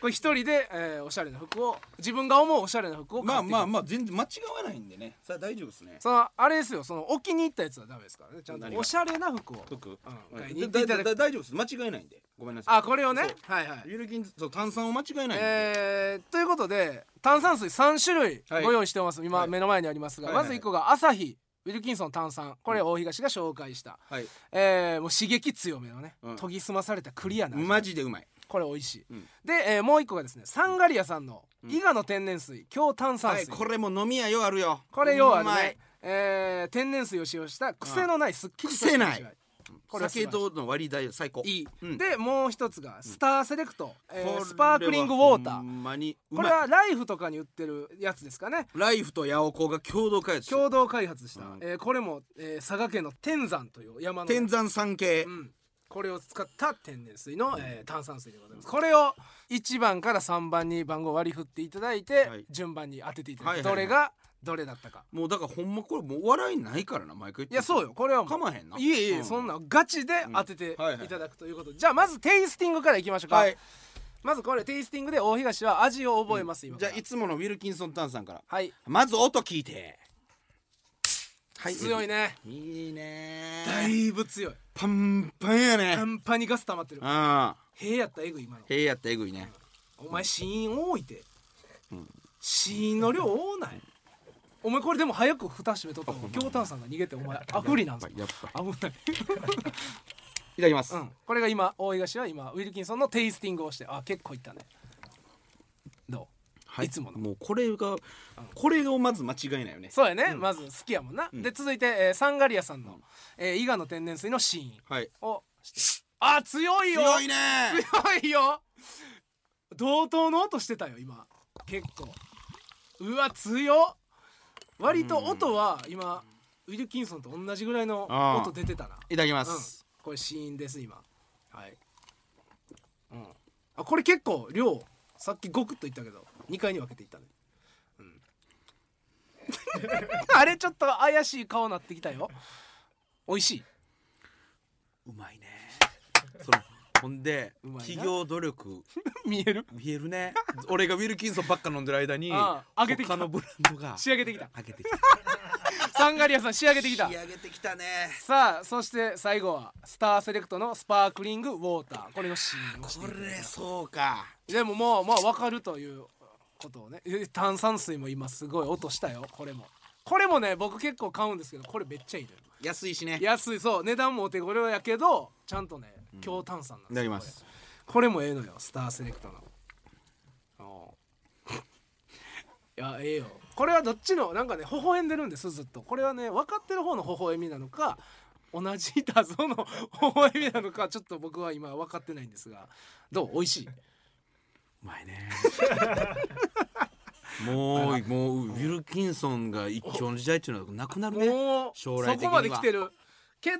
B: これ一人で、えーおしゃれな服を自分が思うおしゃれな服を買
A: ま
B: って
A: あ
B: くる
A: まあまあ全然間違わないんでねそれは大丈夫ですね
B: そのあれですよそのお気に入ったやつはダメですからねちゃんと
A: 何が
B: おしゃれな服を
A: 僕、うん
B: 買いに行って
A: だ
B: いた
A: だ
B: だ
A: だ
B: く
A: 大丈夫です間違いないんでごめんなさい
B: あこれをね
A: そう
B: はいはい
A: ゆるぎんそう炭酸を間違えないんで、
B: えーということで炭酸水3種
A: は
B: 類
A: い
B: ご用意してます、今
A: はい
B: 目の前にありますが、
A: はいはい
B: まず1個がアサヒウィルキンソン炭酸これ大東が紹介した、
A: はい
B: えーもう刺激強めのね、
A: うん
B: 研ぎ澄まされたクリアな味
A: マジでうまい
B: これ美味しい、
A: うん
B: で、えーもう1個がですねサンガリアさんの
A: ん
B: 伊賀の天然水強炭酸
A: はい
B: 水、
A: これも飲み屋よあるよ
B: これ要は
A: うまい
B: ね、えー天然水を使用した癖のないすっきりとした
A: 癖ない
B: 味わこれは素晴
A: 酒
B: らしい
A: との割り代最高
B: いい、
A: うん
B: でもう一つがスターセレクト、えー
A: これは
B: スパークリングウォータ
A: ほ
B: ー
A: んまにう
B: これ
A: まい
B: はライフとかに売ってるやつですかね
A: ライフとヤオコーが共同開発してる
B: 共同開発した、
A: うん
B: えーこれも、えー佐賀県の天山という山の
A: 天山山系、
B: うん、これを使った天然水の、えー炭酸水でございますこれを1番から3番に番号を割り振っていただいて、
A: はい
B: 順番に当てていただく、
A: はいはいはい
B: どれがどれだったか
A: もうだからほんまこれもう笑いないからな毎回言ってる
B: いやそうよこれはもう
A: かまへんない
B: いえいえ、
A: うん
B: そんなガチで当ててい
A: うんはいはい
B: ただくということで、じゃあまずテイスティングからいきましょうか、
A: はい
B: まずこれテイスティングで大東は味を覚えます、今
A: じ
B: か
A: ゃ
B: ら
A: あいつものウィルキンソン炭酸から
B: はい
A: まず音聞いてはい
B: 強いね
A: いいね
B: だいぶ強い
A: パンパンやね
B: 半端にガス溜まってる
A: ああ
B: へえやったらえぐい今の
A: へえやったらえぐいね
B: お前死因多いて死因の量多ないお前これでも早く蓋閉めとったら強炭酸が逃げてお前あ不利なんすよ
A: やっぱ
B: 危ない
A: いただきます、
B: うんこれが今大東は今ウィルキンソンのテイスティングをしてあ結構いったねど
A: はい
B: いつもの
A: もうこれがこれがまず間違いないよね
B: うそうやね、まず好きやもんな、で続いて、えーサンガリアさんの、えー伊賀の天然水のシーン
A: はい
B: をしてあ強いよ
A: 強いね
B: 強いよ同等の音してたよ今結構うわ強っ割と音は今ウィルキンソンと同じぐらいの
A: あー
B: 音出てたな、
A: いただきま
B: うん
A: す、、
B: これシーンです今はい、うん、あこれ結構量さっきゴクッといったけど2回に分けていったね、 うん、あれちょっと怪しい顔なってきたよ美味しいう
A: まいねそのほんで
B: うまいな
A: 企業努力
B: 見える
A: 見えるね俺がウィルキンソンばっか飲んでる間に
B: ああ上げてきた
A: 他のブランドが
B: 仕上げてきた
A: 上げてきた
B: サンガリアさん仕上げてきた
A: 上げてきたね
B: さあそして最後はスターセレクトのスパークリングウォーターこれのシーンをしてい
A: こ
B: ただきま
A: れ
B: す
A: そうか
B: でももうまあ分かるということをねえ炭酸水も今すごい音したよこれもこれもね僕結構買うんですけどこれめっちゃいいのよ
A: 安いし ね
B: 安いそう値段もお手頃やけどちゃんとね強炭酸なんです
A: いただき
B: よ、
A: ます
B: これこれもええのよスターセレクトのお ういやええよこれはどっちのなんかね微笑んでるんですずっとこれはね分かってる方の微笑みなのか同じだぞの 微笑みなのかちょっと僕は今分かってないんですがどう美味しいう
A: まい ねもうもうウィルキンソンが一強の時代っていうのはなくなるね
B: もう
A: 将来的に
B: そこま
A: は
B: で来てるけど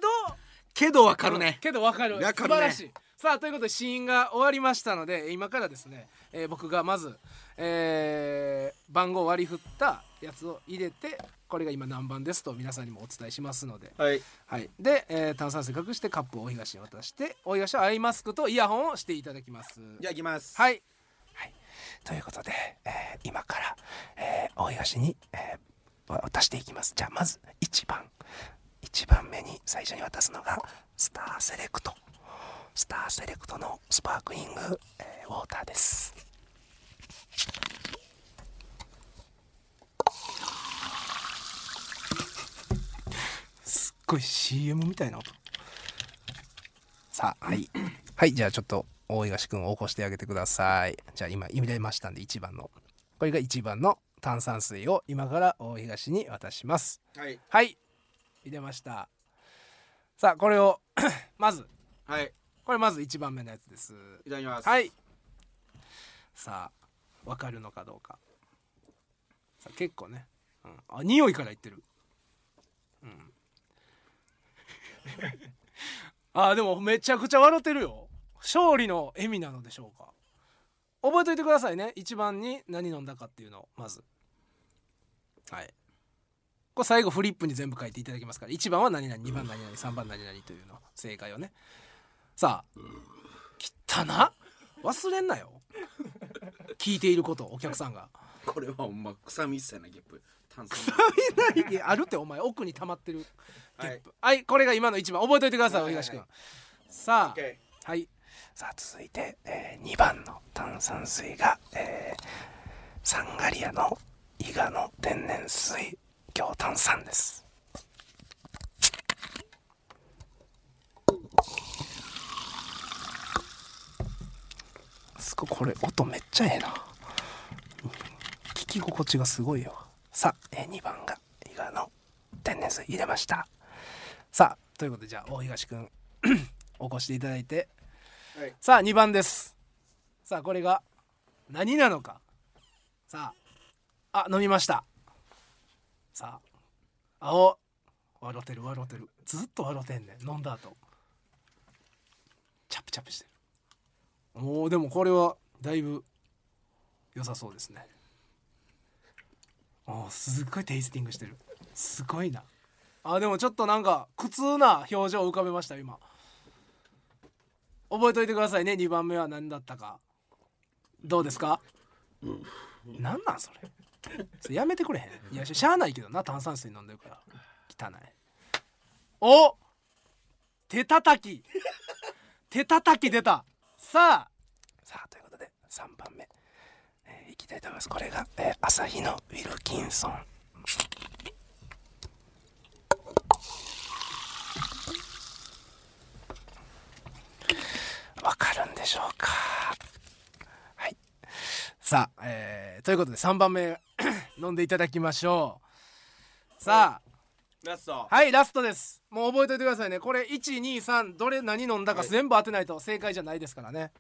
A: けどわかる
B: うん
A: ね
B: けどわかる
A: わ
B: 素
A: かるね
B: 晴らしいさあということで試飲が終わりましたので今からですね、えー僕がまず、えー番号を割り振ったやつを入れてこれが今何番ですと皆さんにもお伝えしますので、
A: はい
B: はい、で、えー炭酸水隠してカップを大東に渡して大東はアイマスクとイヤホンをしていただきます
A: じゃあいきます
B: はい、はい、ということで、えー今から、えー、大東に、えー渡していきますじゃあまず1番1番目に最初に渡すのがスターセレクトスターセレクトのスパークリング、えーウォーターですすっごい CM みたいな音さあはいはいじゃあちょっと大東くんを起こしてあげてくださいじゃあ今入れましたんで1番のこれが1番の炭酸水を今から大東に渡します
A: はい
B: はい入れましたさあこれを まず
A: はい
B: これまず1番目のやつです
A: いただきます
B: はいさあわかるのかどうかさあ結構ね、うん、あ匂いからいってるうん あでもめちゃくちゃ笑ってるよ勝利の笑みなのでしょうか覚えといてくださいね一番に何飲んだかっていうのをまずはいこれ最後フリップに全部書いていただきますから1番は何々2番何々3番何々というの正解をねさあ汚な忘れんなよ聞いていることお客さん が
A: これはほんま臭み一切ないゲップ炭酸
B: いないいやあるってお前奥に溜まってるゲップはい、これが今の一番覚えておいてください、
A: はいはいは
B: お
A: い
B: 東君さあ、
A: OK
B: はいさあ続いて、え2番の炭酸水が、えーサンガリアの伊賀の天然水強炭酸ですすごいこれ音めっちゃええな聞き心地がすごいよさあ、えー、2番が伊賀の天然水入れましたさあということでじゃあ大東くん起こしていただいて、
A: はい
B: さあ2番ですさあこれが何なのかさああ飲みましたさあ青笑ってる笑ってるずっと笑ってんねん飲んだ後チャプチャプしてるもうでもこれはだいぶ良さそうですねおーすっごいテイスティングしてるすごいなあでもちょっとなんか苦痛な表情を浮かべました今覚えといてくださいね2番目は何だったかどうですか何なんそれそれやめてくれへんいやししゃあないけどな炭酸水飲んでるから汚いお手叩き手叩き出たさあさあということで3番目、えーいきたいと思いますこれが、えー、朝日のウィルキンソンわかるんでしょうかはいさあ、えーということで3番目 飲んでいただきましょうさあ
A: ラスト
B: はいラストですもう覚えておいてくださいねこれ123どれ何飲んだか全部当てないと正解じゃないですからね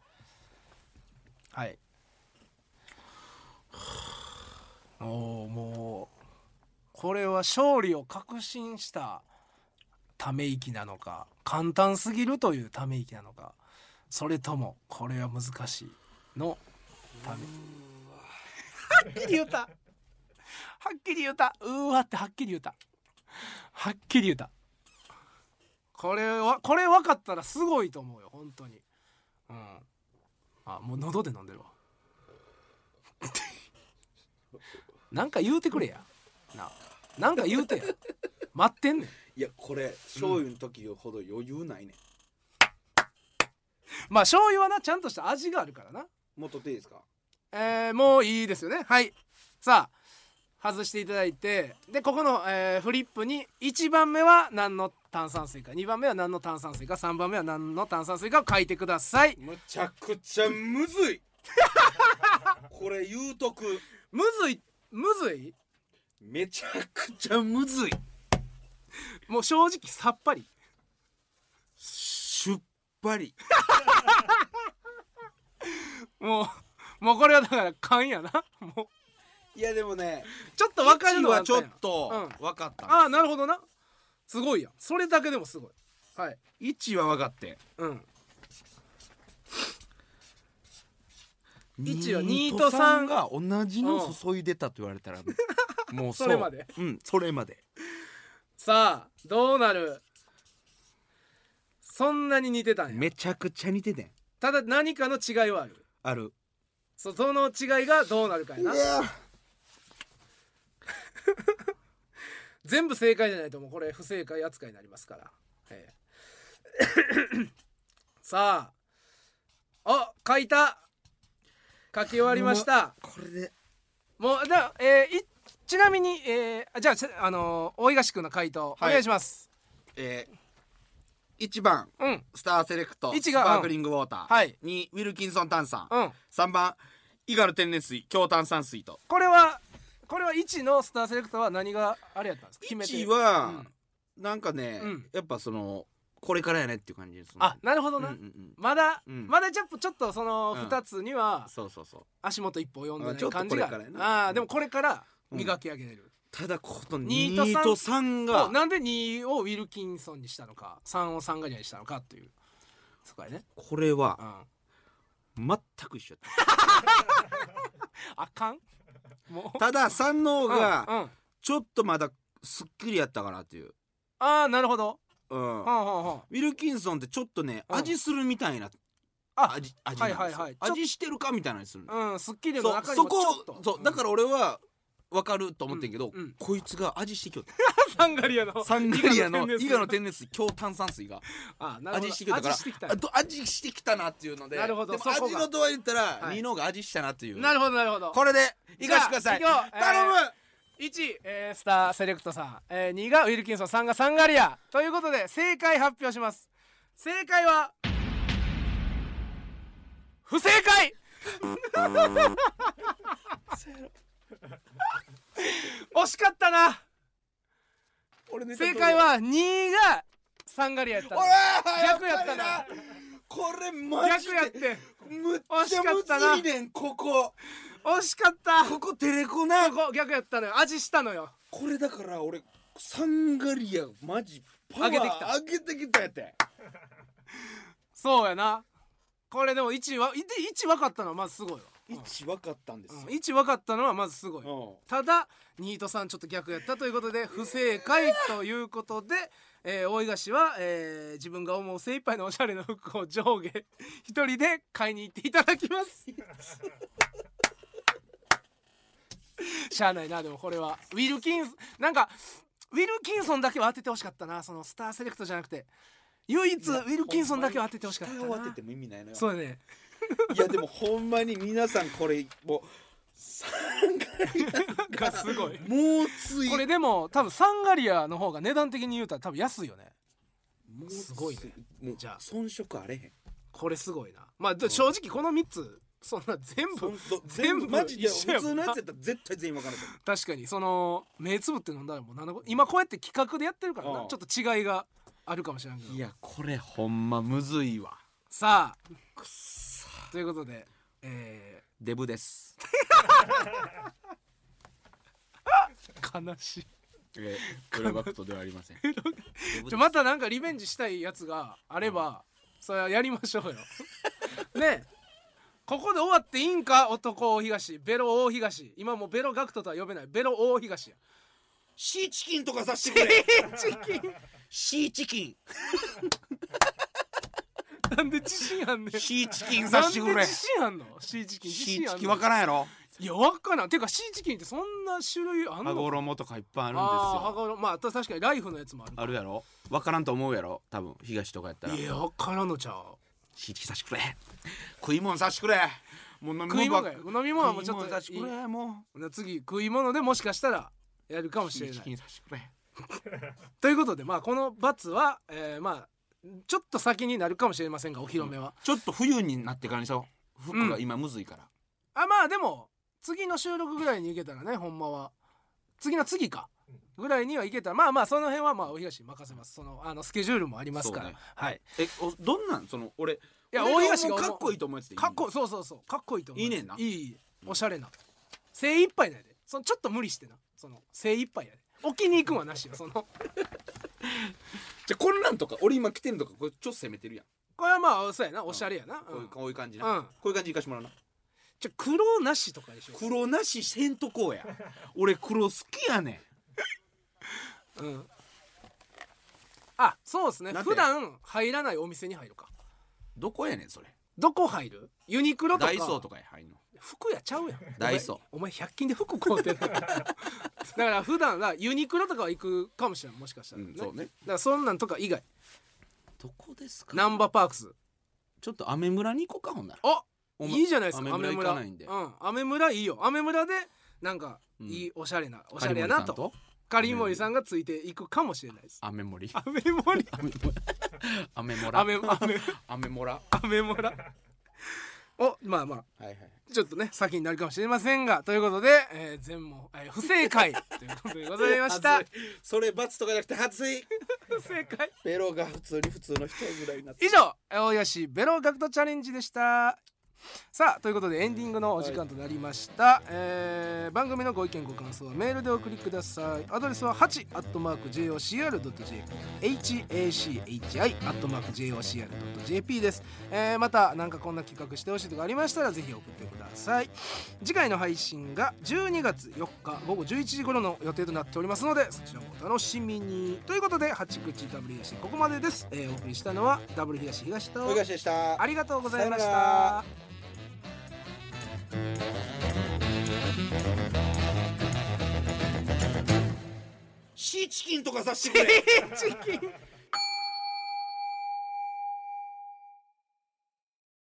B: はいおおもうこれは勝利を確信したため息なのか簡単すぎるというため息なのかそれともこれは難しいのためはっきり言ったはっきり言ったうーわってはっきり言ったはっきり言ったこれはこれ分かったらすごいと思うよ本当にうんあもう喉で飲んでるわ なんか言うてくれやななんか言うてや待ってんねん
A: いやこれ醤油の時ほど余裕ないね、
B: まあ醤油はなちゃんとした味があるからな
A: もっと手いいですか
B: えーもういいですよねはいさあ外していただいてでここの、えーフリップに1番目は何の炭酸水か2番目は何の炭酸水か3番目は何の炭酸水かを書いてください
A: むちゃくちゃむずい これ言うとく
B: むずいむずい
A: めちゃくちゃむずい
B: もう正直さっぱり
A: しゅっぱり
B: もうもうこれはだから勘やなもう
A: いやでもね
B: ちょっと分かるの
A: は
B: は
A: ちょっと
B: う
A: 分かった、
B: ああーなるほどなすごいやんそれだけでもすごいはい
A: 1は分かって
B: うん一は二と三
A: 二が同じの注いでたと言われたら、もうう
B: それまで
A: うん それまで
B: さあどうなるそんなに似てたんや
A: めちゃくちゃ似ててん
B: ただ何かの違いはある
A: ある
B: そその違いがどうなるかやな全部正解じゃないともうこれ不正解扱いになりますから、ええ さああ書いた書き終わりました
A: これで
B: もうだ、えーいちなみに、えーじゃあちあのー大東君の回答、
D: はい
B: お願いします
D: えー、1番
B: うん
D: スターセレクト
B: 一
D: ス
B: が
D: パークリングウォーター、
B: はい
D: 2ウィルキンソン炭酸、
B: うん
D: 3番伊賀の天然水強炭酸水と
B: これはこれ1のスターセレクターは何があれやったんですか決めて
A: 1は、なんかね、
B: うん
A: やっぱそのこれからやねっていう感じですね
B: あなるほど
A: うんう
B: な、
A: んうん
B: まだ、
A: うん
B: まだちょっとちょっとその
A: うん
B: 2つには
A: そうそうそう
B: 足元一歩及んで
A: あ
B: な
A: ちょ
B: い
A: っと
B: 感じがあ
A: これから
B: る
A: やな
B: あーでもこれから磨き上げれる、
A: ただこの
B: 二
A: 2
B: と三
A: と3
B: そう
A: が
B: なんで2をウィルキンソンにしたのか3をサンガリアにしたのかっていうそこやね、
A: これ
B: う
A: は
B: ん、
A: 全く一緒だ
B: あかんも う
A: ただ3の方
B: うん
A: が
B: うん
A: ちょっとまだすっきりやったかなっていう、
B: ああなるほど、
A: うん
B: はんはんはん
A: ウィルキンソンってちょっとね
B: うん
A: 味するみたいな
B: あ
A: 味味なんですよ
B: はいはいはいちょ
A: 味してるかみたいなにするの
B: うん、スッキリの
A: そう
B: 中に
A: そ
B: もちょっと
A: こそうだから俺は分かると思ってんけど、
B: うんうん
A: こいつが味してき よった
B: ら サンガリアの
A: サンガリ アの
B: 以
A: 伊
B: 外
A: 賀の天然水強炭酸水が
B: あなるほ
A: 味
B: ど
A: してきたから
B: 味してきた
A: あど味してきたなっていうので
B: なるほど
A: でも
B: そこが
A: 味の度合いで言ったら、
B: はい
A: ニノが味したなっていう
B: なるほどなるほど
A: これでいかしてください
B: じゃあ行こう
A: 頼む、
B: 1、えースターセレクトさん、えー2がウィルキンソン3がサンガリアということで正解発表します正解は不正解 惜しかったな
A: 俺ね
B: 正解は2がサンガリアやった
A: お
B: の
A: ら
B: 逆やったな
A: ぱりこれマジ
B: 逆
A: で
B: やって
A: むっ
B: 惜
A: ち
B: し
A: ゃ
B: か
A: む
B: ったな
A: ずいねんここ
B: 惜しかった
A: ここテレコな
B: ここ逆やったのよ味したのよ
A: これだから俺サンガリアマジパワ
B: 上
A: ー
B: げてきた
A: 上げてきたやって
B: そうやなこれでも1はで1分かったのはまずすごいわ、
A: 一分かったんですよ、
B: うん、1分かったのはまずすごい、
A: うん
B: ただニートさんちょっと逆やったということで不正解ということで、えー、大井菓子は、えー自分が思う精一杯のおしゃれの服を上下一人で買いに行っていただきます しゃあないなでもこれはウィルキンスなんかウィルキンソンだけは当ててほしかったなそのスターセレクトじゃなくて唯一ウィルキンソンだけは当ててほしかった
A: 下を当
B: な
A: てても意味ないのよ
B: そうだね
A: いやでもほんまに皆さんこれもうサンガリ
B: がすごい
A: アもうつい
B: これでも多分サンガリアの方が値段的に言うたら多分安いよね
A: もう
B: すごいね
A: もう
B: じ
A: じ
B: ゃ
A: ゃ
B: あ
A: あ遜色あれへん
B: これすごいなまあで正直この3つそんな全
A: そ
B: 部
A: んそ
B: 全
A: 全
B: 部
A: 部マジで
B: 一緒や
A: 普
B: もん
A: 通
B: な
A: のやつやったら絶対全員分からない
B: 確かにその目つぶって飲んだらもう7個今こうやって企画でやってるからな
A: うん
B: ちょっと違いがあるかもしれんけど
A: やこれほんまむずいわ
B: さあということでえ
A: デブです、
B: ー、悲しい
A: え ー、プレバクトではありません
B: じゃまたなんかリベンジしたいやつがあれば、それはやりま しょうよねえここで終わっていいんか男大東ベロ大東今もうベロガクトとは呼べないベロ大東や
A: シーチキンとかさしてくれ
B: チキン
A: シーチキン
B: なんで自信あんねん
A: シーチキンさ
B: なん
A: して
B: で
A: くれ
B: 自信あんのシーチキン自
A: シ
B: 信
A: ー
B: あ
A: チ
B: ん
A: キン
B: の
A: 分からんやろ
B: いやわっかんないてかシーチキンってそんな種類あんの
A: 羽衣とかいっぱいあるんで
B: あ
A: す
B: ー羽
A: よ
B: 衣まあた確かにライフのやつもある
A: あるやろ分からんと思うやろ多分東とかやったら
B: いやわからんのちゃう
A: シーチキンさしてくれ食い物さしてくれもう飲
B: 食い物
A: ばっ
B: が
A: か
B: よ飲み物はもうちょっ
A: 食い
B: と
A: さしてくれも
B: 次食い物でもしかしたらやるかも
A: う
B: し
A: シ
B: れ
A: ー
B: な
A: チ
B: い
A: キンさしてくれ
B: ということでまあこの罰は、えーまあちょっと先になるかもしれませんがお披露目は、
A: ちょっと冬になってからにしよう服が今むずいから、
B: あまあでも次の収録ぐらいに行けたらねほんまは次の次かぐらいには行けたらまあまあその辺はまあお東に任せますそのあのスケジュールもありますから、
A: そうね
B: はい
A: えおどんなんその俺い
B: や
A: 俺
B: 大東が
A: 思う
B: 思う
A: かっこいいと思うやつでいい
B: かっこそうそうそうかっこいいと思う
A: いいねんない
B: いおしゃれな精一杯なんやでそのちょっと無理してなその精一杯やで置きに行くんはなしよその
A: じゃあこんなんとか俺今着てるのとかこれちょっと攻めてるやん
B: これはまあそうやなおしゃれやな、
A: こ
B: う
A: ういうんこういう感じ
B: うん
A: なこういう感じいかしてもらうな
B: じゃ黒なしとかでしょ
A: 黒なしせんとこうや俺黒好きやね
B: うんあそうですね
A: なんて
B: 普段入らないお店に入るか
A: んどこやねんそれ
B: どこ入るユニクロとか
A: ダイソーとかや入んの
B: 服やちゃうやん
A: ダイソー
B: お前お前100均で服買うてんの だから普段はユニクロとかは行くかもしれないもしかしたら、
A: うんそうね
B: だからそんなんとか以外
A: どこですか
B: ナンバーパークス
A: ちょっとアメ村に行こうかほんなら
B: あ
A: お前
B: いいじゃないですか
A: アメ村行かないんで
B: うんアメ村いいよアメ村でなんか
A: うん
B: いいおしゃれな、おしゃれやなとカリモリさんがついていくかもしれないです
A: アメ森
B: アメ森
A: アメモラ
B: アメアメ
A: アメモラ
B: アメ村おまあまあ
D: はいはい
B: ちょっとね先になるかもしれませんがということで、えー全問、えー不正解ということでござい ました
D: 恥ずいそれ罰とかじゃなくて初い
B: 不正解
D: ベロが普通に普通の人ぐらいになって
B: 以上大吉ベロガクトチャレンジでしたさあということでエンディングのお時間となりました、えー番組のご意見ご感想はメールでお送りくださいアドレスは 8-jocr.jphhi-jocr.jp です、えーまたなんかこんな企画してほしいとかありましたらぜひ送ってください次回の配信が12月4日午後11時頃の予定となっておりますのでそちらもお楽しみにということで八口ダブル東ここまでです、えーお送りしたのはダブル東東と
D: おいがしでした
B: ありがとうございまし
D: さよな
B: た
D: らシーチキンとかさしてくれ
B: チキン